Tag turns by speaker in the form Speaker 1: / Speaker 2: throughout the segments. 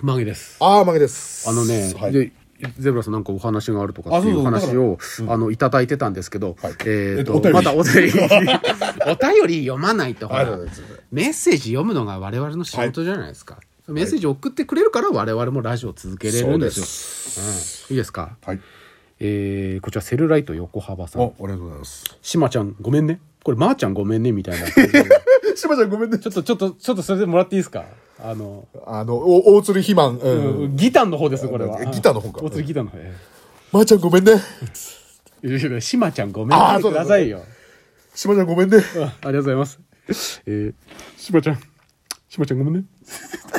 Speaker 1: マゲです。
Speaker 2: ああ、負けです。
Speaker 1: あのね、
Speaker 2: はい
Speaker 1: でゼブラさんなんかお話があるとかっていうお
Speaker 2: あそう
Speaker 1: 話
Speaker 2: そう
Speaker 1: をあのいただいてたんですけど、
Speaker 2: はい
Speaker 1: えっ
Speaker 2: え
Speaker 1: と
Speaker 2: っと
Speaker 1: またお 便りお便り読まないとほ
Speaker 2: ありが
Speaker 1: ら
Speaker 2: とうございます。
Speaker 1: メッセージ読むのが我々の仕事じゃないですか、メッセージ送ってくれるから我々もラジオ続けれるんですようんいいですか、
Speaker 2: はい。
Speaker 1: えーこちらセルライト横幅さ
Speaker 2: お、あ
Speaker 1: ん
Speaker 2: りがとうございます。
Speaker 1: しまちゃんごめんねこれまー、ちゃんごめんねみ たいなち
Speaker 2: しばちゃんごめんね。
Speaker 1: ょっとちょっとちょっとそれでもらっていいですかあの、
Speaker 2: あの、お大鶴肥満。う
Speaker 1: うん
Speaker 2: ん。
Speaker 1: ギターの方ですこれは
Speaker 2: えギターの方か
Speaker 1: お次ギターの方、ええ
Speaker 2: まーちゃんごめんね。
Speaker 1: いやいやしまちゃんごめんなさ
Speaker 2: あ
Speaker 1: い
Speaker 2: そう
Speaker 1: く
Speaker 2: だ
Speaker 1: ださいよ。
Speaker 2: しばちゃんごめ んね。
Speaker 1: あありがとうございます。えー、しまちゃん、しまちゃんごめんね。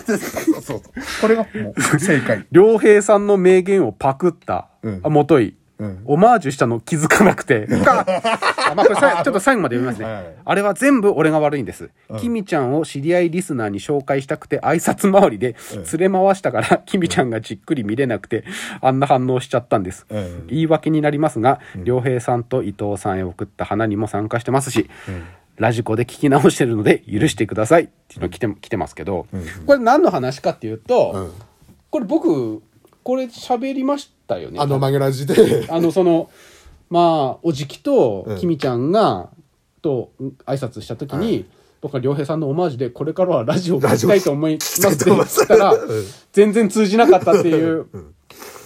Speaker 2: そうそう。これがもう正解。
Speaker 1: 良平さんの名言をパクった、
Speaker 2: ん
Speaker 1: あもとい、
Speaker 2: うん
Speaker 1: オマージュしたの気づかなくて、あまあこれさちょっと最後まで読みますね、
Speaker 2: はい
Speaker 1: あれは全部俺が悪いんです、きみちゃんを知り合いリスナーに紹介したくて挨拶回りで連れ回したから、 きみちゃんがじっくり見れなくてあんな反応しちゃったんです、
Speaker 2: うん
Speaker 1: 言い訳になりますが良、平さんと伊藤さんへ送った花にも参加してますし、ラジコで聞き直してるので許してくださいっていうの来て来てますけど、これ何の話かっていうと、これ僕これ喋りましたよね
Speaker 2: あの、曲げラジで。
Speaker 1: あのそのまあおじきときみちゃんが、と挨拶した時に、僕は良平さんのオマージュでこれからはラジオを聞きたいと思いますって言ったら、全然通じなかったっていう、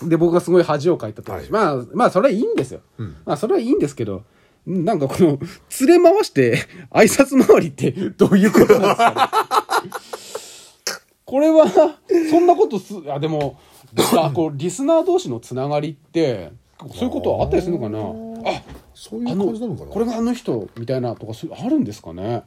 Speaker 1: で僕がすごい恥をかいたと、
Speaker 2: はい
Speaker 1: まあまあそれはいいんですよ、まあそれはいいんですけどなんかこの連れ回して挨拶回りってどういうことなんですかねこれはそんなことすあでもあこうリスナー同士のつながりってそういうことはあったりするのかなあ
Speaker 2: そうい
Speaker 1: あ
Speaker 2: う
Speaker 1: の
Speaker 2: 感じなのかな
Speaker 1: これがあの人みたいなとかそういうあるんですかね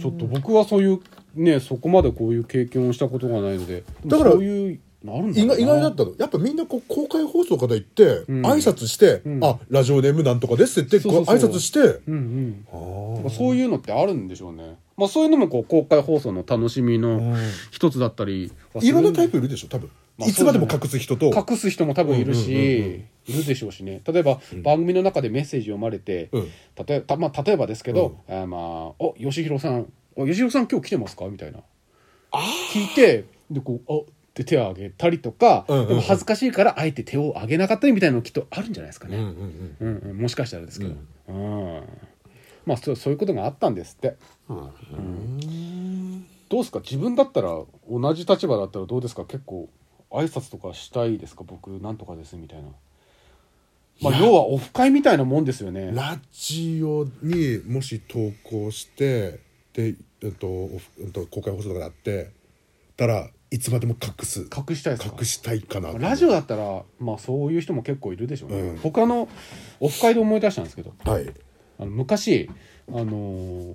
Speaker 1: ちょっと僕はそういうねそこまでこういう経験をしたことがないので
Speaker 2: だから
Speaker 1: そういうのあるんだ
Speaker 2: 意
Speaker 1: ろうな
Speaker 2: 外意外だったのやっぱみんなこう公開放送から行って、挨拶して、あラジオネームなんとかですって言っ
Speaker 1: そ
Speaker 2: て
Speaker 1: うそうそう
Speaker 2: こう挨拶して
Speaker 1: うんうん、そういうのってあるんでしょうね、まあ、そういうのもこう公開放送の楽しみの一つだったりはす
Speaker 2: い
Speaker 1: る
Speaker 2: ろ
Speaker 1: んで
Speaker 2: んなタイプいるでしょ多分、
Speaker 1: まあ
Speaker 2: いつまでも隠す人と
Speaker 1: 隠す人も多分いるし、いるでしょうしね例えば、番組の中でメッセージ読まれて、
Speaker 2: うん
Speaker 1: 例えたまあ、例えばですけど「あーまあ、お吉弘さんお吉弘さん今日来てますか?」みたいな聞いてでこう「あって手を挙げたりとか、
Speaker 2: うんうんうん
Speaker 1: でも恥ずかしいからあえて手を挙げなかったりみたいなのきっとあるんじゃないですかね、
Speaker 2: うんうんうん
Speaker 1: うんうん、もしかしたらですけど、うんまあそうそういうことがあったんですって、うんどうですか自分だったら同じ立場だったらどうですか結構挨拶とかしたいですか僕なんとかですみたいな、まあ、要はオフ会みたいなもんですよね
Speaker 2: ラジオにもし投稿してで、えっとおふえっと、公開放送とかであってたらいつまでも隠す
Speaker 1: 隠したいですか
Speaker 2: 隠したいかな
Speaker 1: ラジオだったらまあそういう人も結構いるでしょうね、
Speaker 2: うん
Speaker 1: 他のオフ会で思い出したんですけど
Speaker 2: オはい
Speaker 1: あの昔あのー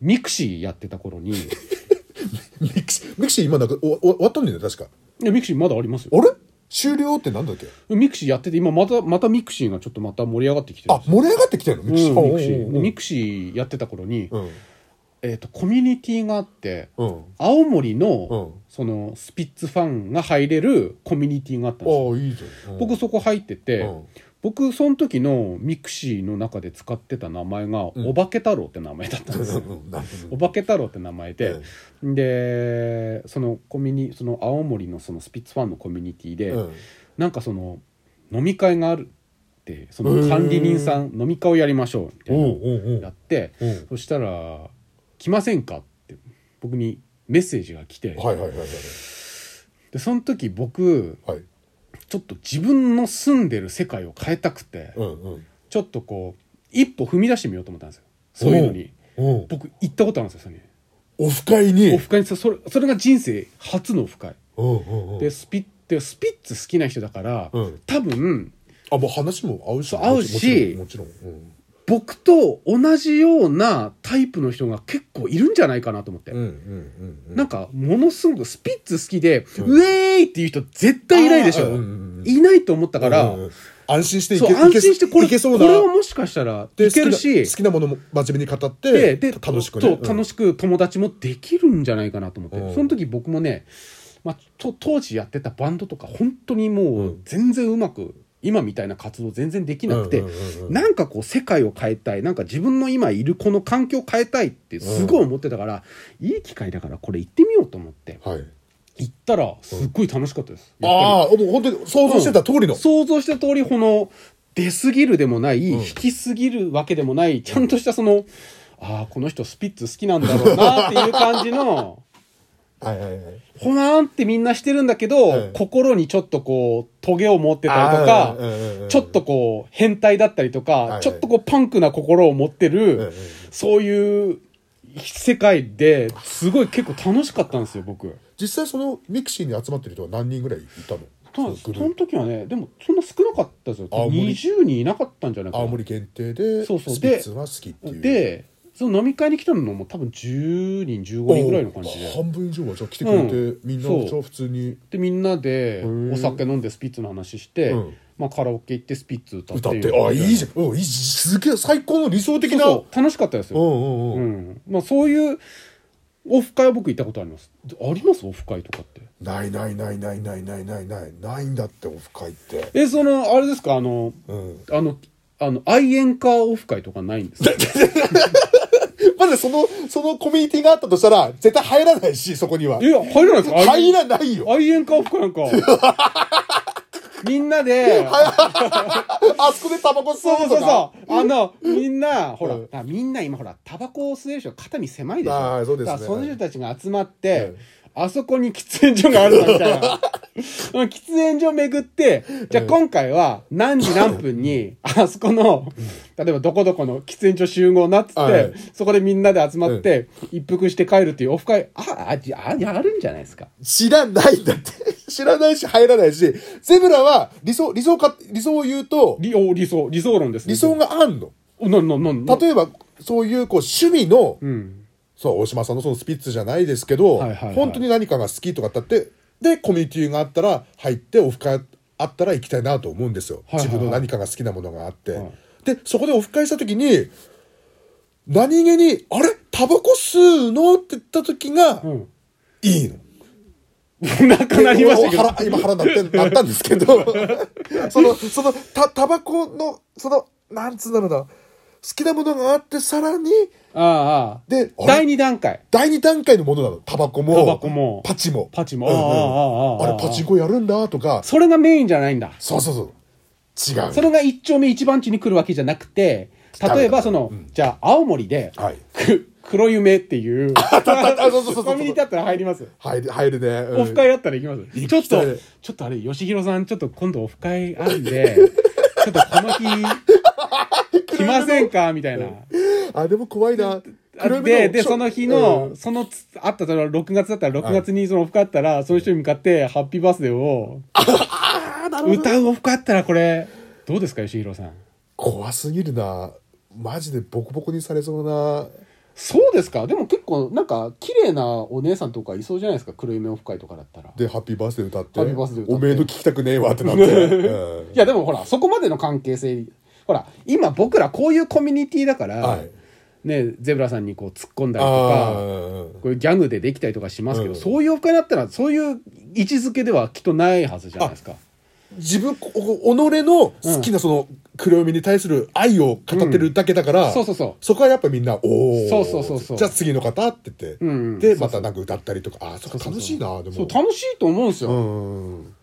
Speaker 1: ミクシーやってた頃 にい
Speaker 2: ミクシミクシー今なんかおお終わったんだよね確か
Speaker 1: やミクシーまだありますよ
Speaker 2: あれ終了ってなんだっけ
Speaker 1: ミクシーやってて今またまたミクシーがちょっとまた盛り上がってきてるん
Speaker 2: あ
Speaker 1: ですよ
Speaker 2: 盛り上がってきたよミクシ
Speaker 1: うん
Speaker 2: ー
Speaker 1: ミクシーでミ
Speaker 2: ク
Speaker 1: クシーやってた頃に、
Speaker 2: うん
Speaker 1: えー、とコミュニティがあって
Speaker 2: うん
Speaker 1: 青森の,、
Speaker 2: うん
Speaker 1: そのスピッツファンが入れるコミュニティがあったんですよ
Speaker 2: ああいいじゃん、うん
Speaker 1: 僕そこ入ってて、
Speaker 2: うん
Speaker 1: 僕その時のミクシーの中で使ってた名前が「お化け太郎」って名前だったんですよ、
Speaker 2: うんなるほど
Speaker 1: お化け太郎って名前で、でそのコミュニその青森のそのスピッツファンのコミュニティで、
Speaker 2: うん
Speaker 1: なんかその飲み会があるってその管理人さん飲み会をやりましょうみたいな
Speaker 2: おう
Speaker 1: の
Speaker 2: おうお
Speaker 1: やっ
Speaker 2: う
Speaker 1: て
Speaker 2: うん
Speaker 1: そしたら「来ませんか?」って僕にメッセージが来て
Speaker 2: はいはいはいはい
Speaker 1: でその時僕
Speaker 2: はい
Speaker 1: ちょっと自分の住んでる世界を変えたくて
Speaker 2: うんうん
Speaker 1: ちょっとこう一歩踏み出してみようと思ったんですよそういうのに
Speaker 2: うん
Speaker 1: 僕行ったことあるんですよそれに
Speaker 2: オフ会に
Speaker 1: オフ会にそそれそれが人生初のオフ会
Speaker 2: うんうんうん
Speaker 1: でスピッでスピッツ好きな人だから
Speaker 2: うん
Speaker 1: 多分
Speaker 2: あもう話も合うし
Speaker 1: そう合うし
Speaker 2: もちろんもちろん、うん
Speaker 1: 僕と同じようなタイプの人が結構いるんじゃないかなと思って、
Speaker 2: うんうんうんうん
Speaker 1: なんかものすごくスピッツ好きで、ウェーイっていう人絶対いないでしょ、
Speaker 2: あーうんうんうん
Speaker 1: いないと思ったから、
Speaker 2: うんうん安心してい
Speaker 1: そう
Speaker 2: け
Speaker 1: 安心してこれ
Speaker 2: いけそう
Speaker 1: こ
Speaker 2: な
Speaker 1: れをもしかしたら
Speaker 2: で
Speaker 1: いけるし
Speaker 2: 好きな好きなものも真面目に語っ
Speaker 1: で
Speaker 2: て
Speaker 1: で
Speaker 2: 楽しく
Speaker 1: そ
Speaker 2: ね
Speaker 1: う楽しく友達もできるんじゃないかなと思って、
Speaker 2: うん
Speaker 1: その時僕もね、まあ、と当時やってたバンドとか本当にもう全然うまく今みたいな活動全然できなくて、
Speaker 2: うんうんうんうん
Speaker 1: なんかこう世界を変えたいなんか自分の今いるこの環境を変えたいってすごい思ってたから、いい機会だからこれ行ってみようと思って
Speaker 2: うんはい
Speaker 1: 行ったら、すっごい楽しかったです。やっぱり
Speaker 2: ああ、もう本当に想像してた通りの。
Speaker 1: 想像した通り、この、出すぎるでもない、引きすぎるわけでもない、ちゃんとしたその、ああ、この人スピッツ好きなんだろうなっていう感じ の、
Speaker 2: はいはいはい。
Speaker 1: ほなーんってみんなしてるんだけど、
Speaker 2: うん
Speaker 1: 心にちょっとこう、トゲを持ってたりと
Speaker 2: あ
Speaker 1: か
Speaker 2: ーうんうんうんうん、
Speaker 1: ちょっとこう、変態だったりとか、
Speaker 2: いはい
Speaker 1: ちょっとこう、パンクな心を持ってる、
Speaker 2: んうん
Speaker 1: そういう世界ですごい結構楽しかったんですよ、僕。
Speaker 2: 実際そのミクシーに集まってる人は何人ぐらいいたの
Speaker 1: ただ
Speaker 2: そ
Speaker 1: そ
Speaker 2: のグルー
Speaker 1: の
Speaker 2: プ
Speaker 1: 時はね、でもそんな少なかったですよ。
Speaker 2: 青森
Speaker 1: 20人いなかったんじゃないか
Speaker 2: 青
Speaker 1: な。
Speaker 2: 森限定で
Speaker 1: そうそう
Speaker 2: スピッツは好きっていう。
Speaker 1: で、その飲み会に来たのも多分10人、15人ぐらいの感じで
Speaker 2: あ。半分以上はじゃあ来てくれて、
Speaker 1: うん
Speaker 2: みんな
Speaker 1: そう
Speaker 2: じゃあ普通に
Speaker 1: でみんなで
Speaker 2: ー
Speaker 1: お酒飲んでスピッツの話して、
Speaker 2: うん
Speaker 1: まあ、カラオケ行ってスピッツ歌って
Speaker 2: 歌ってああいいじゃん、うん、いいすげえ最高の理想的
Speaker 1: そう
Speaker 2: な
Speaker 1: そう楽しかったですよ、
Speaker 2: ん
Speaker 1: う
Speaker 2: うんうん、
Speaker 1: んまあ、そういうオフ会は僕行ったことありますでありますオフ会とかって
Speaker 2: ないないないないないないないないないんだってオフ会って、
Speaker 1: えそのあれですかあの
Speaker 2: うん、
Speaker 1: あのあの愛煙家オフ会とかないんですか
Speaker 2: まずそのそのコミュニティがあったとしたら絶対入らないしそこには
Speaker 1: え入らないですか
Speaker 2: 入らないよ
Speaker 1: 愛煙家オフ会なんか みんなで
Speaker 2: あそこでタバコ吸
Speaker 1: そうそ
Speaker 2: うと
Speaker 1: う
Speaker 2: か
Speaker 1: そう。あの、みんな、ほら、
Speaker 2: うん
Speaker 1: あみんな今ほら、タバコを吸える人肩身狭いでしょ。
Speaker 2: あーそうですね
Speaker 1: だからその人たちが集まって、あそこに喫煙所があるなみ たいな。うん喫煙所巡って、じゃあ今回は何時何分に、あそこの、例えばどこどこの喫煙所集合なっつって、
Speaker 2: はい
Speaker 1: そこでみんなで集まって、一服して帰るっていうオフ会、あ、あ、じあ、あるんじゃないですか。
Speaker 2: 知らないんだって知らないし入らないしゼブラは理想理想か理想を言うと
Speaker 1: 理お理想、理想論ですね。
Speaker 2: 理想があんの
Speaker 1: お、なんなんなんなん
Speaker 2: 例えばそういうこう趣味の、
Speaker 1: うん。
Speaker 2: そう大島さんのそのスピッツじゃないですけど、
Speaker 1: はいはいはい
Speaker 2: 本当に何かが好きとかだってでコミュニティがあったら入ってオフ会あったら行きたいなと思うんですよ、
Speaker 1: はいはいはい
Speaker 2: 自分の何かが好きなものがあって、
Speaker 1: はい
Speaker 2: でそこでオフ会した時に何気に「あれタバコ吸うの?」って言った時が、
Speaker 1: ん
Speaker 2: いいの。
Speaker 1: なくなりましたけど。
Speaker 2: 腹今腹なってなったんです けどそのそのたタバコのそのなんつうんだろうな好きなものがあってさらに
Speaker 1: ああ。
Speaker 2: であれ
Speaker 1: 第2段階。
Speaker 2: 第二段階のものなのタバコも
Speaker 1: タバコも
Speaker 2: パチも
Speaker 1: パチも
Speaker 2: うんうん
Speaker 1: ああああああ
Speaker 2: あれパチンコやるんだとか
Speaker 1: それがメインじゃないんだ。
Speaker 2: そうそうそう違う
Speaker 1: それが一丁目一番地に来るわけじゃなくて、例えばその、じゃあ青森で、
Speaker 2: はい
Speaker 1: く黒夢っていう、
Speaker 2: あそうそうそうそう
Speaker 1: コミュニティあったら入ります。
Speaker 2: 入る入るね、うん
Speaker 1: オフ会あったら行きます。ちょっ
Speaker 2: きた
Speaker 1: と
Speaker 2: い、
Speaker 1: ちょっとあれ、吉弘さん、ちょっと今度オフ会あるんで、ちょっとこの日、来ませんかみたいな。
Speaker 2: あでも怖いな黒目
Speaker 1: で、
Speaker 2: の
Speaker 1: で、
Speaker 2: ちょ
Speaker 1: その日
Speaker 2: うん
Speaker 1: の、そのつ、あった、例えば6月だったら、6月にそのオフ会あったら、その人に向かって、ハッピーバースデーを、歌うオフ会あったら、これ、どうですか、吉弘さん。
Speaker 2: 怖すぎるなマジでボコボコにされそうな
Speaker 1: そうですかでも結構、なんか、綺麗なお姉さんとかいそうじゃないですか、黒夢オフ会とかだったら。
Speaker 2: でハッピーバースデー歌って
Speaker 1: ハッピーバースデー歌って
Speaker 2: おめえの聞きたくねえわっ てなって、うん
Speaker 1: いや、でもほら、そこまでの関係性、ほら、今僕らこういうコミュニティだから、
Speaker 2: はい
Speaker 1: ね、ゼブラさんにこう突っ込んだりと
Speaker 2: あ
Speaker 1: か、
Speaker 2: ー
Speaker 1: こういうギャグでできたりとかしますけど、
Speaker 2: うん
Speaker 1: そういうオフ会だったら、そういう位置づけではきっとないはずじゃないですか。
Speaker 2: 自分ここ己の好きなその黒嫁に対する愛を語ってるだけだから、
Speaker 1: そうそうそう。
Speaker 2: そこはやっぱみんな、おお。
Speaker 1: そうそうそうそう
Speaker 2: じゃあ次の方って言って、
Speaker 1: うんうん
Speaker 2: で、またなんか歌ったりとか、ああ、そっか、楽しいな、でも。
Speaker 1: そう楽しいと思うんですよ、
Speaker 2: うん。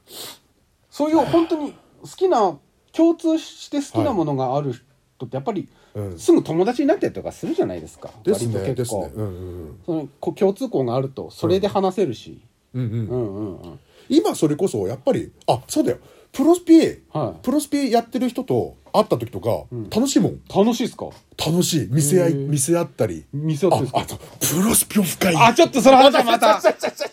Speaker 1: そういう本当に好きな共通して好きなものがある人ってやっぱり
Speaker 2: うん
Speaker 1: すぐ友達になったりとかするじゃないですか、
Speaker 2: です
Speaker 1: 割
Speaker 2: ね、
Speaker 1: と
Speaker 2: で
Speaker 1: 結
Speaker 2: す
Speaker 1: 構、
Speaker 2: ね。うんうん
Speaker 1: そのこう共通項があるとそれで話せるし、
Speaker 2: うん。うんう
Speaker 1: う
Speaker 2: ん
Speaker 1: ん、うんうん
Speaker 2: 今、それこそ、やっぱり、あ、そうだよ。プロスピ、
Speaker 1: はい
Speaker 2: プロスピやってる人と会った時とか、楽しいもん。
Speaker 1: 楽しいですか
Speaker 2: 楽しい。見せ合い、
Speaker 1: へー
Speaker 2: 見せ合ったり。
Speaker 1: 見せ合ってるんです
Speaker 2: あ、
Speaker 1: か
Speaker 2: あと、プロスピオフ会。
Speaker 1: あちょっとその話はまた
Speaker 2: ちょちょちょちょ